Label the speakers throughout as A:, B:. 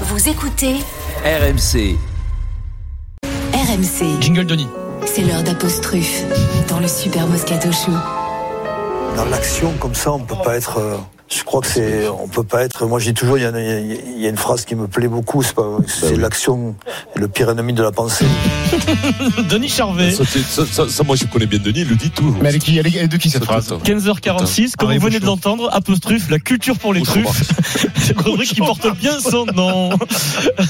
A: Vous écoutez
B: RMC.
A: RMC.
C: Jingle Denis.
A: C'est l'heure d'apostrophe dans le super Moscato Show.
D: Dans l'action comme ça, on peut pas être. euh, Je crois que c'est, on peut pas être. Moi, je dis toujours, il y, en a- il y a- il y a une phrase qui me plaît beaucoup. C'est pas-
E: Bah
D: c'est l'action, est le pire ennemi de la pensée.
C: Denis Charvet.
F: Ça, c'est- ça, ça, ça, moi je connais bien Denis, il le dit toujours.
G: Mais elle est, qui- elle est- elle est de qui cette
F: Ça,
G: phrase
F: ça, ça.
C: 15h46, comme
G: Arrête,
C: vous venez de
G: Bouchon.
C: l'entendre, apostrophe, la culture pour les
F: Bouchon.
C: truffes. C'est une rubrique qui porte bien son nom.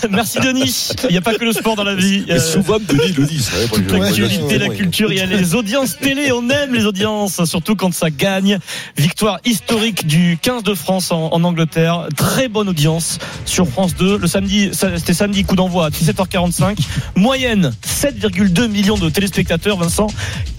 C: Merci Denis. Il n'y a pas que le sport dans la vie.
F: Et
C: Euh,
F: souvent Denis le dit, ça. hein, moi,
C: toute
F: je-
C: l'actualité,
F: je-
C: la culture, il y a les audiences télé, on aime les audiences, surtout quand ça gagne. Victoire historique du 15 de France en, en Angleterre, très bonne audience sur France 2. Le samedi, ça- c'était samedi, coup d'envoi à 17h45. Moyenne, 7,2 millions de téléspectateurs, Vincent.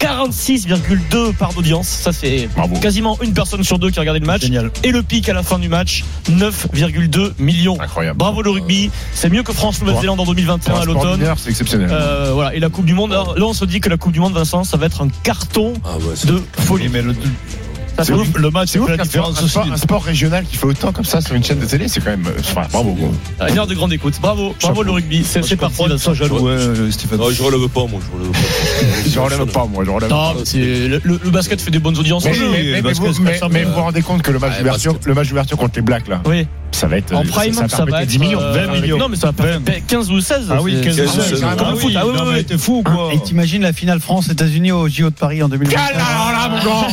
C: 46,2 par d'audience, ça c'est
G: Bravo.
C: quasiment une personne sur deux qui a regardé le match.
G: Génial.
C: Et le pic à la fin du match, 9,2 millions.
G: Incroyable.
C: Bravo le rugby, c'est mieux que France-Nouvelle-Zélande en
G: Pour
C: 2021
G: un
C: à
G: sport
C: l'automne.
G: mineur, C'est exceptionnel.
C: Euh, voilà, et la Coupe du Monde, alors, là on se dit que la Coupe du Monde, Vincent, ça va être un carton
F: Ah ouais, c'est-
C: de folie.
G: mais le,
C: Ça,
G: c'est
C: c'est
G: ouf, le match, c'est ouf,
C: la
G: qu'un sport-
C: différence
G: un, sport, un sport régional qui fait autant comme ça sur une chaîne de télé, c'est quand même. euh, Enfin, bravo. quoi.
C: Une heure de grande écoute. Bravo, bravo
G: Chapeau.
C: le rugby, c'est c'est parti, Vincent. hein.
G: Ouais, euh, Stéphane.
F: Non, je relève pas, moi, je relève pas.
G: Je relève pas, moi. Je relève pas.
C: Non, mais c'est- le, le- le basket fait des bonnes audiences en
G: Mais,
C: jeu.
G: mais- mais- mais
C: Parce que-
G: vous, mais- mais vous vous rendez compte que le
F: Ouais,
G: match d'ouverture,
F: parce
G: le match d'ouverture contre les Blacks là,
C: oui,
G: ça va être
C: en
G: euh,
C: prime, ça,
G: perpéter
C: va être
G: 10 millions,
C: euh, Non, mais ça va pas être 15 ou 16.
H: Ah oui,
C: c'est-
H: 15
C: c'est-
F: ou 16,
C: c'est
F: ouais.
C: comme
F: Ah
C: le
F: oui,
C: foot. Ah oui, oui, oui.
H: t'es fou ou quoi Et t'imagines la finale France-États-Unis au JO de Paris en 2020
G: Calme, alors là, mon grand.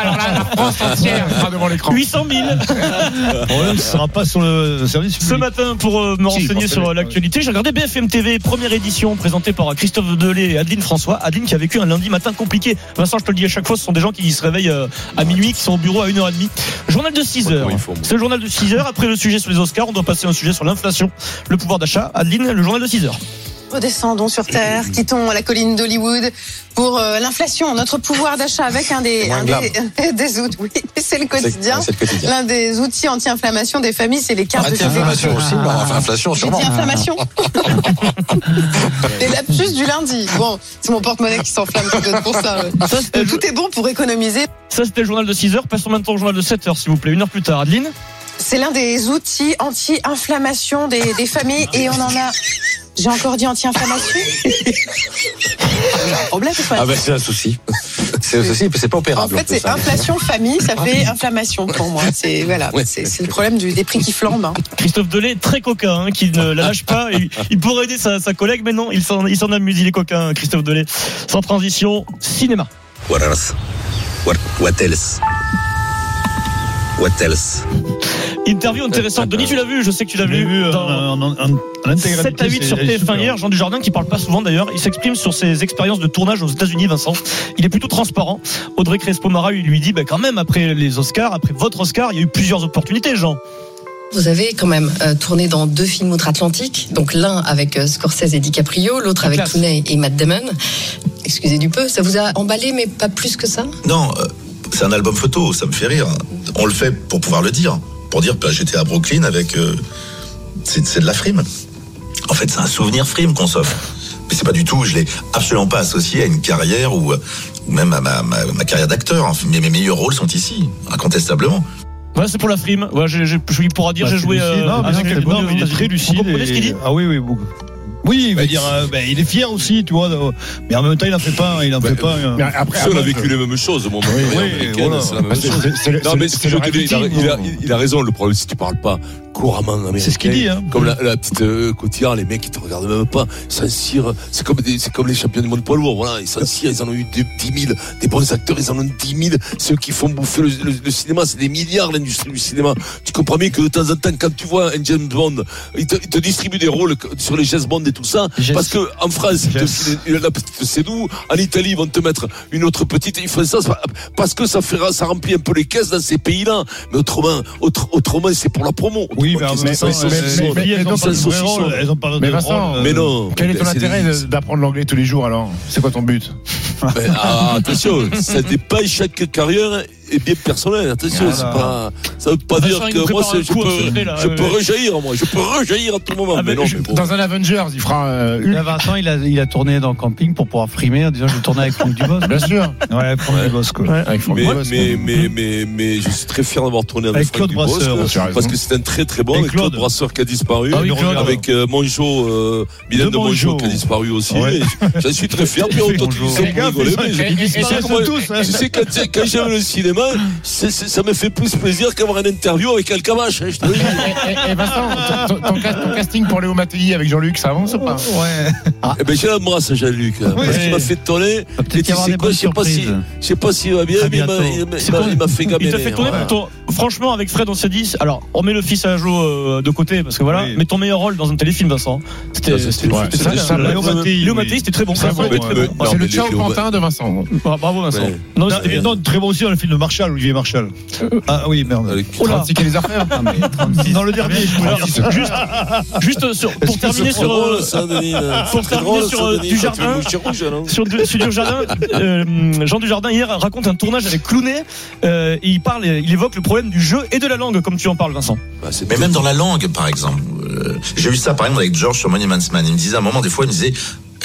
G: Alors là, la France entière sera devant l'écran.
C: 800 000
H: Le problème, ce sera pas sur le service
C: ce matin pour euh, me
G: Si,
C: renseigner
G: forcément,
C: sur euh,
G: ouais.
C: l'actualité. J'ai regardé BFM TV, première édition présentée par euh, Christophe Delay et Adeline François. Adeline qui a vécu un lundi matin compliqué. Vincent, je te le dis à chaque fois, ce sont des gens qui se réveillent euh, à minuit, qui sont au bureau à 1h30. Journal de 6 heures.
F: Comment ils font, moi
C: C'est le journal de 6 heures. Après le sujet sur les Oscars, on doit passer à un sujet sur l'inflation, le pouvoir d'achat. Adeline, le journal de 6 heures.
I: Redescendons sur
E: Mm-hmm.
I: Terre, quittons la colline d'Hollywood pour euh, l'inflation, notre pouvoir d'achat avec un des,
D: moins
I: un
D: glam.
I: des, des outils. Oui, c'est le quotidien.
E: C'est le quotidien.
I: L'un des outils anti-inflammation des familles, Ah, c'est les cartes de crédit.
E: Anti-inflammation aussi, bah, enfin, inflation
I: J'ai
E: sûrement.
I: dit inflammation. Les lapsus du lundi. Bon, c'est mon porte-monnaie qui s'enflamme peut-être pour ça. ouais. Euh,
C: Ça, c'était le,
I: Tout est bon pour économiser.
C: ça, c'était le journal de 6 heures. Passons maintenant au journal de 7 heures, s'il vous plaît. Une heure plus tard, Adeline.
I: C'est l'un des outils anti-inflammation des, des familles et on en a. J'ai encore dit anti-inflammation. J'ai un Problème ou pas
E: Ah ben c'est un souci. C'est un souci, puis c'est pas
I: En
E: opérable. hein.
I: fait, c'est
E: ça. Ah
I: inflation famille, ça fait inflammation pour moi. C'est voilà,
E: Ouais.
I: c'est c'est le problème du, des prix qui flambent. hein.
C: Christophe Delay, très coquin, hein, qui ne la lâche pas. Il, il pourrait aider sa, sa collègue, mais non, il s'en il s'en amuse, il est coquin, hein, Christophe Delay. Sans transition, cinéma.
J: What else? What, what else? What else?
C: Interview intéressante.
H: Euh,
C: Denis, tu l'as vu, je sais que tu l'as vu. dans
H: en, en, en, en
C: 7 à 8 sur TF1 hier, Jean Dujardin qui parle pas souvent d'ailleurs, il s'exprime sur ses expériences de tournage aux États-Unis, Vincent. Il est plutôt transparent. Audrey Crespo-Mara lui lui dit, bah, quand même, après les Oscars, après votre Oscar, il y a eu plusieurs opportunités, Jean.
K: Vous avez quand même euh, tourné dans deux films outre-Atlantique, donc l'un avec euh, Scorsese et DiCaprio, l'autre avec
C: Classe.
K: Clooney et Matt Damon. Excusez du peu, ça vous a emballé, mais pas plus que ça
J: Non, euh, c'est un album photo, ça me fait rire. On le fait pour pouvoir le dire. Pour dire, bah, j'étais à Brooklyn avec. euh, c'est c'est de la frime. En fait, c'est un souvenir frime qu'on s'offre. Mais c'est pas du tout, je l'ai absolument pas associé à une carrière ou, euh, ou même à ma, ma- ma carrière d'acteur. Enfin, mes, mes meilleurs rôles sont ici, incontestablement.
C: Voilà, c'est pour la frime. Voilà, je, je, je- il pourra dire, j'ai joué euh,
H: non, mais
C: avec
H: c'est-
C: quelqu'un
H: non,
C: de-
H: mais il est très
C: Vous
H: lucide.
C: comprenez ce
H: et-
C: qu'il dit
H: Ah oui, oui, beaucoup. Oui, il veut dire, euh, ben, il est fier aussi, tu vois. de- Mais en même temps, il en fait pas,
E: Bah,
H: il en fait pas. euh,
G: Mais après,
F: Si on a
G: avant,
F: vécu les mêmes choses, moi, ma carrière
H: oui,
F: américaine,
H: voilà.
F: hein, c'est la même
G: Parce que
F: chose.
G: c'est- c'est le-
F: Non, mais ce
G: c'est
F: que je
G: le hein.
F: te dis, il a-
G: rating,
F: il a-
G: ou-
F: il- il a raison, le problème, si tu parles pas couramment américain.
H: C'est ce qu'il dit, hein.
F: Comme la, la petite euh, Cotillard, les mecs, ils te regardent même pas. Sans cire, c'est comme, des- c'est comme les champions du monde poids lourd, voilà. Ils s'en cirent, ils en ont eu des- 10 000. Des bons acteurs, ils en ont 10 000. Ceux qui font bouffer le, le- le cinéma, c'est des milliards, l'industrie du cinéma. Tu comprends bien que de temps en temps, quand tu vois un James Bond, il te, il te distribue des rôles que- sur les James Bond et tout ça.
H: James-
F: Parce que, en France, ils te
H: James.
F: filent une- la petite c'est nous. En Italie, ils vont te mettre une autre petite. Ils font ça parce que ça fera, ça remplit un peu les caisses dans ces pays-là. Mais autrement, autre- autrement, c'est pour la promo.
H: Oui, mais
F: Autrement,
H: en
F: qu'est-ce
H: même temps,
F: que ça,
H: euh,
F: ils sont-
H: les
G: mais-
H: filles, elles
G: mais
H: ont
G: donc,
H: pas de vrai
F: saucisson.
H: rôle, elles ont pas de
G: Mais
H: vrai
G: Vincent,
H: rôle, euh,
F: Mais non.
G: Quel est ton
F: C'est des-
G: intérêt de- d'apprendre l'anglais tous les jours alors C'est quoi ton but
F: Ben, ah, attention, ça dépend chaque carrière est bien personnel. Attention,
C: Voilà.
F: c'est pas, ça veut pas
C: Attention,
F: dire
C: il nous
F: que moi,
C: prépare
F: c'est-
C: un
F: je
C: coup à
F: peux,
C: Fresnay, là,
F: je
C: ouais,
F: peux
C: ouais.
F: rejaillir, moi. Je peux rejaillir à tout moment.
C: Ah,
F: mais
C: mais
F: non,
C: je-
F: mais bon.
B: Dans un Avengers, il fera euh,
H: Il y a
B: Hulk.
H: 20 ans, il a, il a tourné dans Camping pour pouvoir frimer en disant je tournais avec Franck Dubos.
B: Bien sûr.
H: Ouais, Franck
F: Ouais.
H: Dubos, quoi.
B: Avec Franck
F: Mais,
B: Dubos,
F: mais,
B: quoi.
F: mais, mais, mais je suis très fier d'avoir tourné avec,
H: Avec Claude
F: Franck Dubosc,
H: Brasseur,
B: tu as raison.
F: parce que c'est un très très bon
H: Et
F: avec Claude
H: Claude.
F: Brasseur qui a disparu
H: Ah oui, Claude.
F: avec euh, Monjo euh, Mylène
H: De
F: de, Monjo.
H: Monjo.
F: qui a disparu aussi
H: Ouais.
F: Et j'en suis très fier puis on
H: Monjo.
F: toi tu dis ça
B: Les
F: pour
B: gars,
F: rigoler mais
B: ils-
F: je-
B: ils- ils
F: tu sais,
B: sont
F: moi,
B: tous, hein.
F: tu sais quand, quand j'aime le cinéma c'est- c'est- ça me fait plus plaisir qu'avoir une interview avec Alcamache hein, je te le dis
B: Et, et- et Vincent, ton, ton- ton cas- ton casting pour Léo Mattei avec Jean-Luc, ça avance ou pas
H: Ouais.
C: Ah.
F: Eh ben, je l'embrasse, Jean-Luc, hein, parce
H: Ouais.
F: qu'il m'a fait tourner.
H: Va peut-être
F: Et
H: y
F: tu
H: avoir
F: sais
H: des
F: quoi,
H: bonnes
F: je sais pas si-
H: surprises.
F: Je sais pas s'il va bien,
H: Très
F: mais il m'a-
H: bientôt.
F: il m'a-
C: C'est
F: il m'a-
C: quoi
F: il m'a fait
C: Il
F: gaminer.
C: t'a fait tourner
F: hein, voilà.
C: ton- Franchement, avec Fred, on s'est dit alors, on met le fils à Jo euh, de côté, parce que voilà,
H: Oui.
C: mais ton meilleur rôle dans un téléfilm, Vincent, c'était
F: Ça, c'est-
C: c'était-
F: ouais.
C: c'était
F: Ça,
C: ça,
F: ça,
C: là.
F: Léo
C: Léo
H: Mattei,
C: Léo
H: oui.
C: Mattei, c'était très bon.
B: C'est
C: Vincent,
B: bon,
C: c'était
F: ouais.
C: très bon.
F: Non,
B: C'est
F: mais
B: le
F: les-
B: ciao
F: les-
B: Quentin de Vincent.
C: Bra- Bravo, Vincent.
F: Ouais.
C: Non,
H: Non,
C: c'était bien.
H: non, très bon aussi dans le film de Marshall, Olivier Marshall. Ah oui, merde.
F: Avec-
C: Oh là.
B: C'est qu'il les a fait. hein.
H: Dans le dernier,
G: Ah,
H: je voulais
C: Alors,
H: dire.
C: juste, juste sur- pour terminer
F: C'est
C: sur,
F: drôle,
C: euh,
F: ça, Denis, là.
C: pour
F: C'est
C: terminer
F: drôle,
C: sur,
F: ça,
C: euh,
F: Denis,
C: du
F: quand tu veux
C: jardin.
F: moucher rouge, hein, alors.
C: sur, du- sur Dujardin, euh, Jean Dujardin hier raconte un tournage avec Clounet. euh, et il parle, il évoque le problème du jeu et de la langue, comme tu en parles, Vincent.
F: Bah, c'est
J: Mais même dans la langue, par exemple. Euh, J'ai eu ça, par exemple, avec George sur Monuments Man. Il me disait à un moment, des fois, il me disait.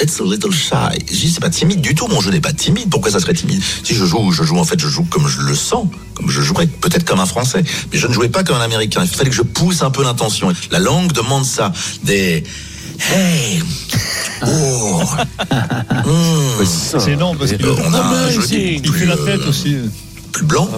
J: It's a little shy. Je dis, c'est pas timide du tout. Mon jeu n'est pas timide. Pourquoi ça serait timide Si je joue, je joue, en fait, je joue comme je le sens. Comme je jouerais peut-être comme un français. Mais je ne jouais pas comme un américain. Il fallait que je pousse un peu l'intention. La langue demande ça. Des. Hey! Oh! Hmm.
F: Ouais, c'est ça.
H: C'est énorme parce
J: Euh,
H: qu'il
J: on a un jeu qui est
H: il fait
J: plus,
H: la
J: euh,
H: tête aussi.
J: plus blanc.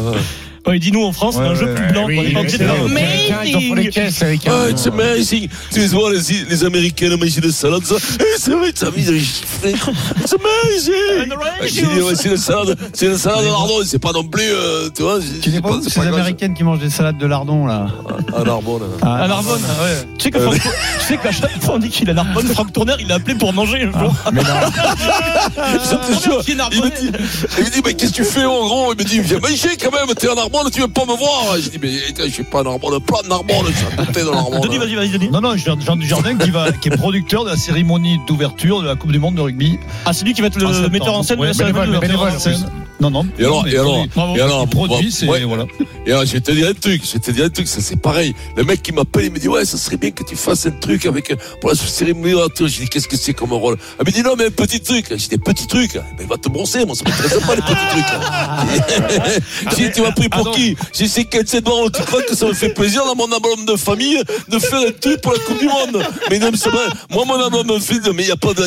C: Ouais, il dit nous en France, c'est un
H: Ouais,
C: jeu
H: ouais,
C: plus blanc.
B: Oui,
C: on est pas obligé
B: c'est
C: de faire
B: vrai. Les Américains, Ils en font les caisses, les Américains.
F: Ah, it's amazing. Tu les vois, les, les Américains, la magie des salades, ça. Eh, c'est vrai, ça, ils ont giflé. It's amazing.
C: An orange
F: Ah, j'ai dit, ouais, c'est une salade, c'est une salade lardon, c'est pas non plus, euh, tu vois. c'est-
H: Tu
F: c'est
H: sais pas,
F: pas-
H: où
F: c'est
H: ces
F: pas grave.
H: américaines qui mangent des salades de lardons là.
F: Ah, lardon, là.
C: À Narbonne, ouais. Tu sais que
F: Euh,
C: Franck- tu sais qu'à chaque fois on dit qu'il a Narbonne, Franck Tourner, il l'a appelé pour manger un jour.
B: Mais non.
F: Je te jure,
C: Qui Ah. est Ah,
F: il me
C: Narbonne
F: dit, il me dit, mais qu'est-ce que tu fais, en gros? Il me dit, viens manger quand même, t'es un Narbonne, tu veux pas me voir. Je dis, mais attends, je suis pas un Narbonne, plein de Narbonne, je suis à côté de Narbonne.
C: Denis, vas-y, vas-y, Denis.
H: Non, non, Jean Jean Dujardin qui, va, qui est producteur de la cérémonie d'ouverture de la Coupe du Monde de rugby.
C: Ah, c'est lui qui va être
H: En
C: le
H: septembre.
C: metteur en scène.
H: Ouais,
C: mais ça va
B: bénévole,
C: être le
B: bénévole,
C: metteur en scène.
H: Non, non.
F: Et alors,
H: Non, mais
F: et alors,
H: produit. Bravo.
F: et alors,
H: Il produit,
F: bon,
H: c'est.
F: ouais.
H: Voilà.
F: Et alors, je vais te dire un truc, je vais te dire un truc, ça c'est pareil. Le mec qui m'appelle, il me dit, ouais, ça serait bien que tu fasses un truc avec, pour la cérémonie d'ouverture. Je dis, qu'est-ce que c'est comme rôle? Il me dit, non, mais un petit truc. Je dis, des petits trucs. Mais va te bronzer, moi, ça m'intéresse pas, les
H: Ah,
F: petits trucs. je dis, tu m'as pris pour qui? J'ai dit, quel c'est marrant, tu crois que ça me fait plaisir dans mon album de famille de faire un truc pour la Coupe du Monde? Mais non, mais c'est vrai. Moi, mon album de film, mais il y a pas de,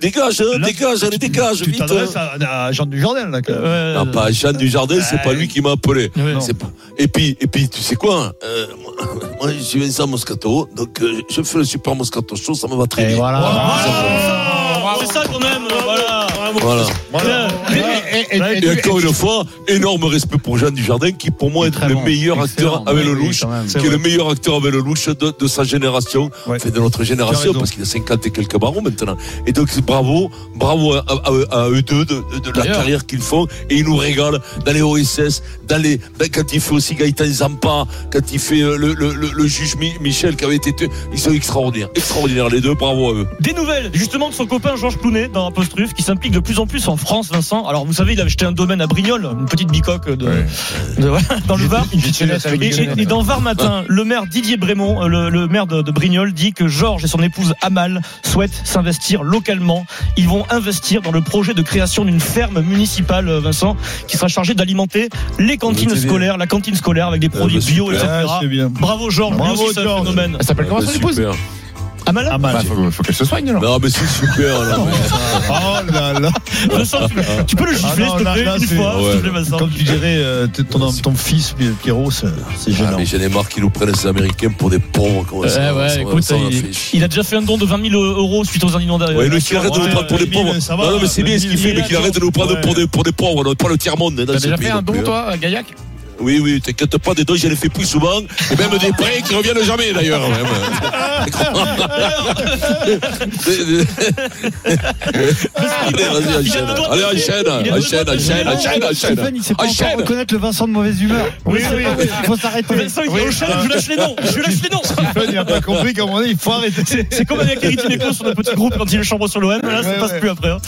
F: dégage, hein,
H: Là,
F: dégage, allez, dégage,
H: Tu
F: vite.
H: t'adresses
F: hein.
H: à, à Jean Dujardin là. quand même.
C: Euh,
F: Non, Ah, pas à Jeanne Dujardin, c'est pas lui qui m'a appelé.
C: Ouais.
F: C'est pas- Et puis, et puis, tu sais quoi euh, moi- Moi, je suis Vincent Moscato, donc euh, je fais le super Moscato Show, ça me va très
H: Et
F: bien.
C: Voilà, C'est ça qu'on aime, voilà.
F: Voilà.
C: Bien.
B: Et- et- et- et-
F: Et encore une fois, énorme respect pour Jeanne Dujardin, qui pour moi est
H: Très
F: le
H: bon.
F: meilleur acteur
H: Excellent.
F: avec le
H: Oui, oui,
F: louche,
H: quand même.
F: qui
H: C'est
F: est le meilleur acteur avec le louche de, de sa génération,
H: Ouais.
F: enfin de notre
H: Tu as
F: génération,
H: raison.
F: parce qu'il a 50 et quelques barons maintenant. Et donc bravo, bravo à, à- à eux deux de, de la
C: D'ailleurs.
F: carrière qu'ils font, et ils nous régalent dans les OSS, dans les, dans- quand il fait aussi Gaëtan Zampa, quand il fait euh, le, le- le- le juge Mi- Michel qui avait été tué, ils sont extraordinaires, extraordinaires les deux, bravo à eux.
C: Des nouvelles justement de son copain Georges Clounet dans Apostruf qui s'implique de plus en plus en France, Vincent. Alors vous savez, il avait acheté un domaine à Brignoles, une petite bicoque de,
G: Ouais.
C: de- voilà, dans le Var.
B: Une petite chenette avec
C: Et,
B: une chenette.
C: et- et dans Var Matin, le maire Didier Brémont, euh, le, le maire de, de Brignoles, dit que Georges et son épouse Amal souhaitent s'investir localement. Ils vont investir dans le projet de création d'une ferme municipale, euh, Vincent, qui sera chargée d'alimenter les cantines
F: c'est bien.
C: scolaires, la cantine scolaire avec des produits
F: bah,
C: bio, etc.
F: super.
H: Ah, c'est bien.
C: Bravo Georges, lui
H: Bravo,
C: aussi, c'est un
H: Georges.
C: phénomène.
B: Elle s'appelle comment
F: Ah,
B: son
F: bah,
B: épouse
F: super.
C: Amal
H: Ah, mal.
B: Bah, Faut faut qu'elle se soigne alors.
F: Non mais c'est super alors.
H: Oh là là.
C: Vincent, tu, tu peux le
H: Ah
C: gifler,
H: non,
C: s'il te
H: là,
C: plaît,
H: là,
C: une
H: c'est-
C: fois, s'il te plaît, Vincent.
H: Comme tu dirais euh, t- ton, ton fils euh, Pierrot, c'est c'est
F: Ah,
H: gênant.
F: mais j'en ai marre qu'ils nous prennent ces Américains pour des pauvres. Quoi.
C: Ouais, ouais, écoute,
F: ça m'a
C: il-
F: fait chier.
C: Il a déjà fait euh, un don de 20 000 euros suite aux inondations.
F: Ouais, le qui arrête de nous
C: Ouais,
F: prendre pour des
C: ouais,
F: pauvres.
H: ça va,
F: Non, non, mais c'est bien ce qu'il fait, mais qu'il arrête de nous prendre
H: ouais.
F: pour des, pour des pauvres. On n'est pas le tiers-monde dans
B: T'as
F: ce
B: déjà
F: pays
B: fait
F: non
B: un don
F: plus, hein.
B: toi, à Gaillac
F: Oui, oui, t'inquiète pas, des dons, j'en ai fait plus souvent. Et même des prêts qui reviennent jamais, d'ailleurs. même. Allez, vas-y, enchaîne. Allez, enchaîne, enchaîne, enchaîne, enchaîne, enchaîne.
H: Stéphane, il sait pas encore
F: Enchaîne.
H: reconnaître le Vincent de mauvaise humeur.
C: Oui,
H: Il sait
C: oui,
H: pas,
C: oui.
H: Il faut s'arrêter.
C: Vincent, il dit, oh, je lâche- je lâche les noms, je lâche les noms.
H: Stéphane, il a pas compris qu'à un moment donné, il faut arrêter.
C: C'est comme avec Eric Dimeco sur notre petit groupe quand il chambre sur l'OM, là, ça
H: Ouais,
C: passe
H: ouais.
C: plus après. hein.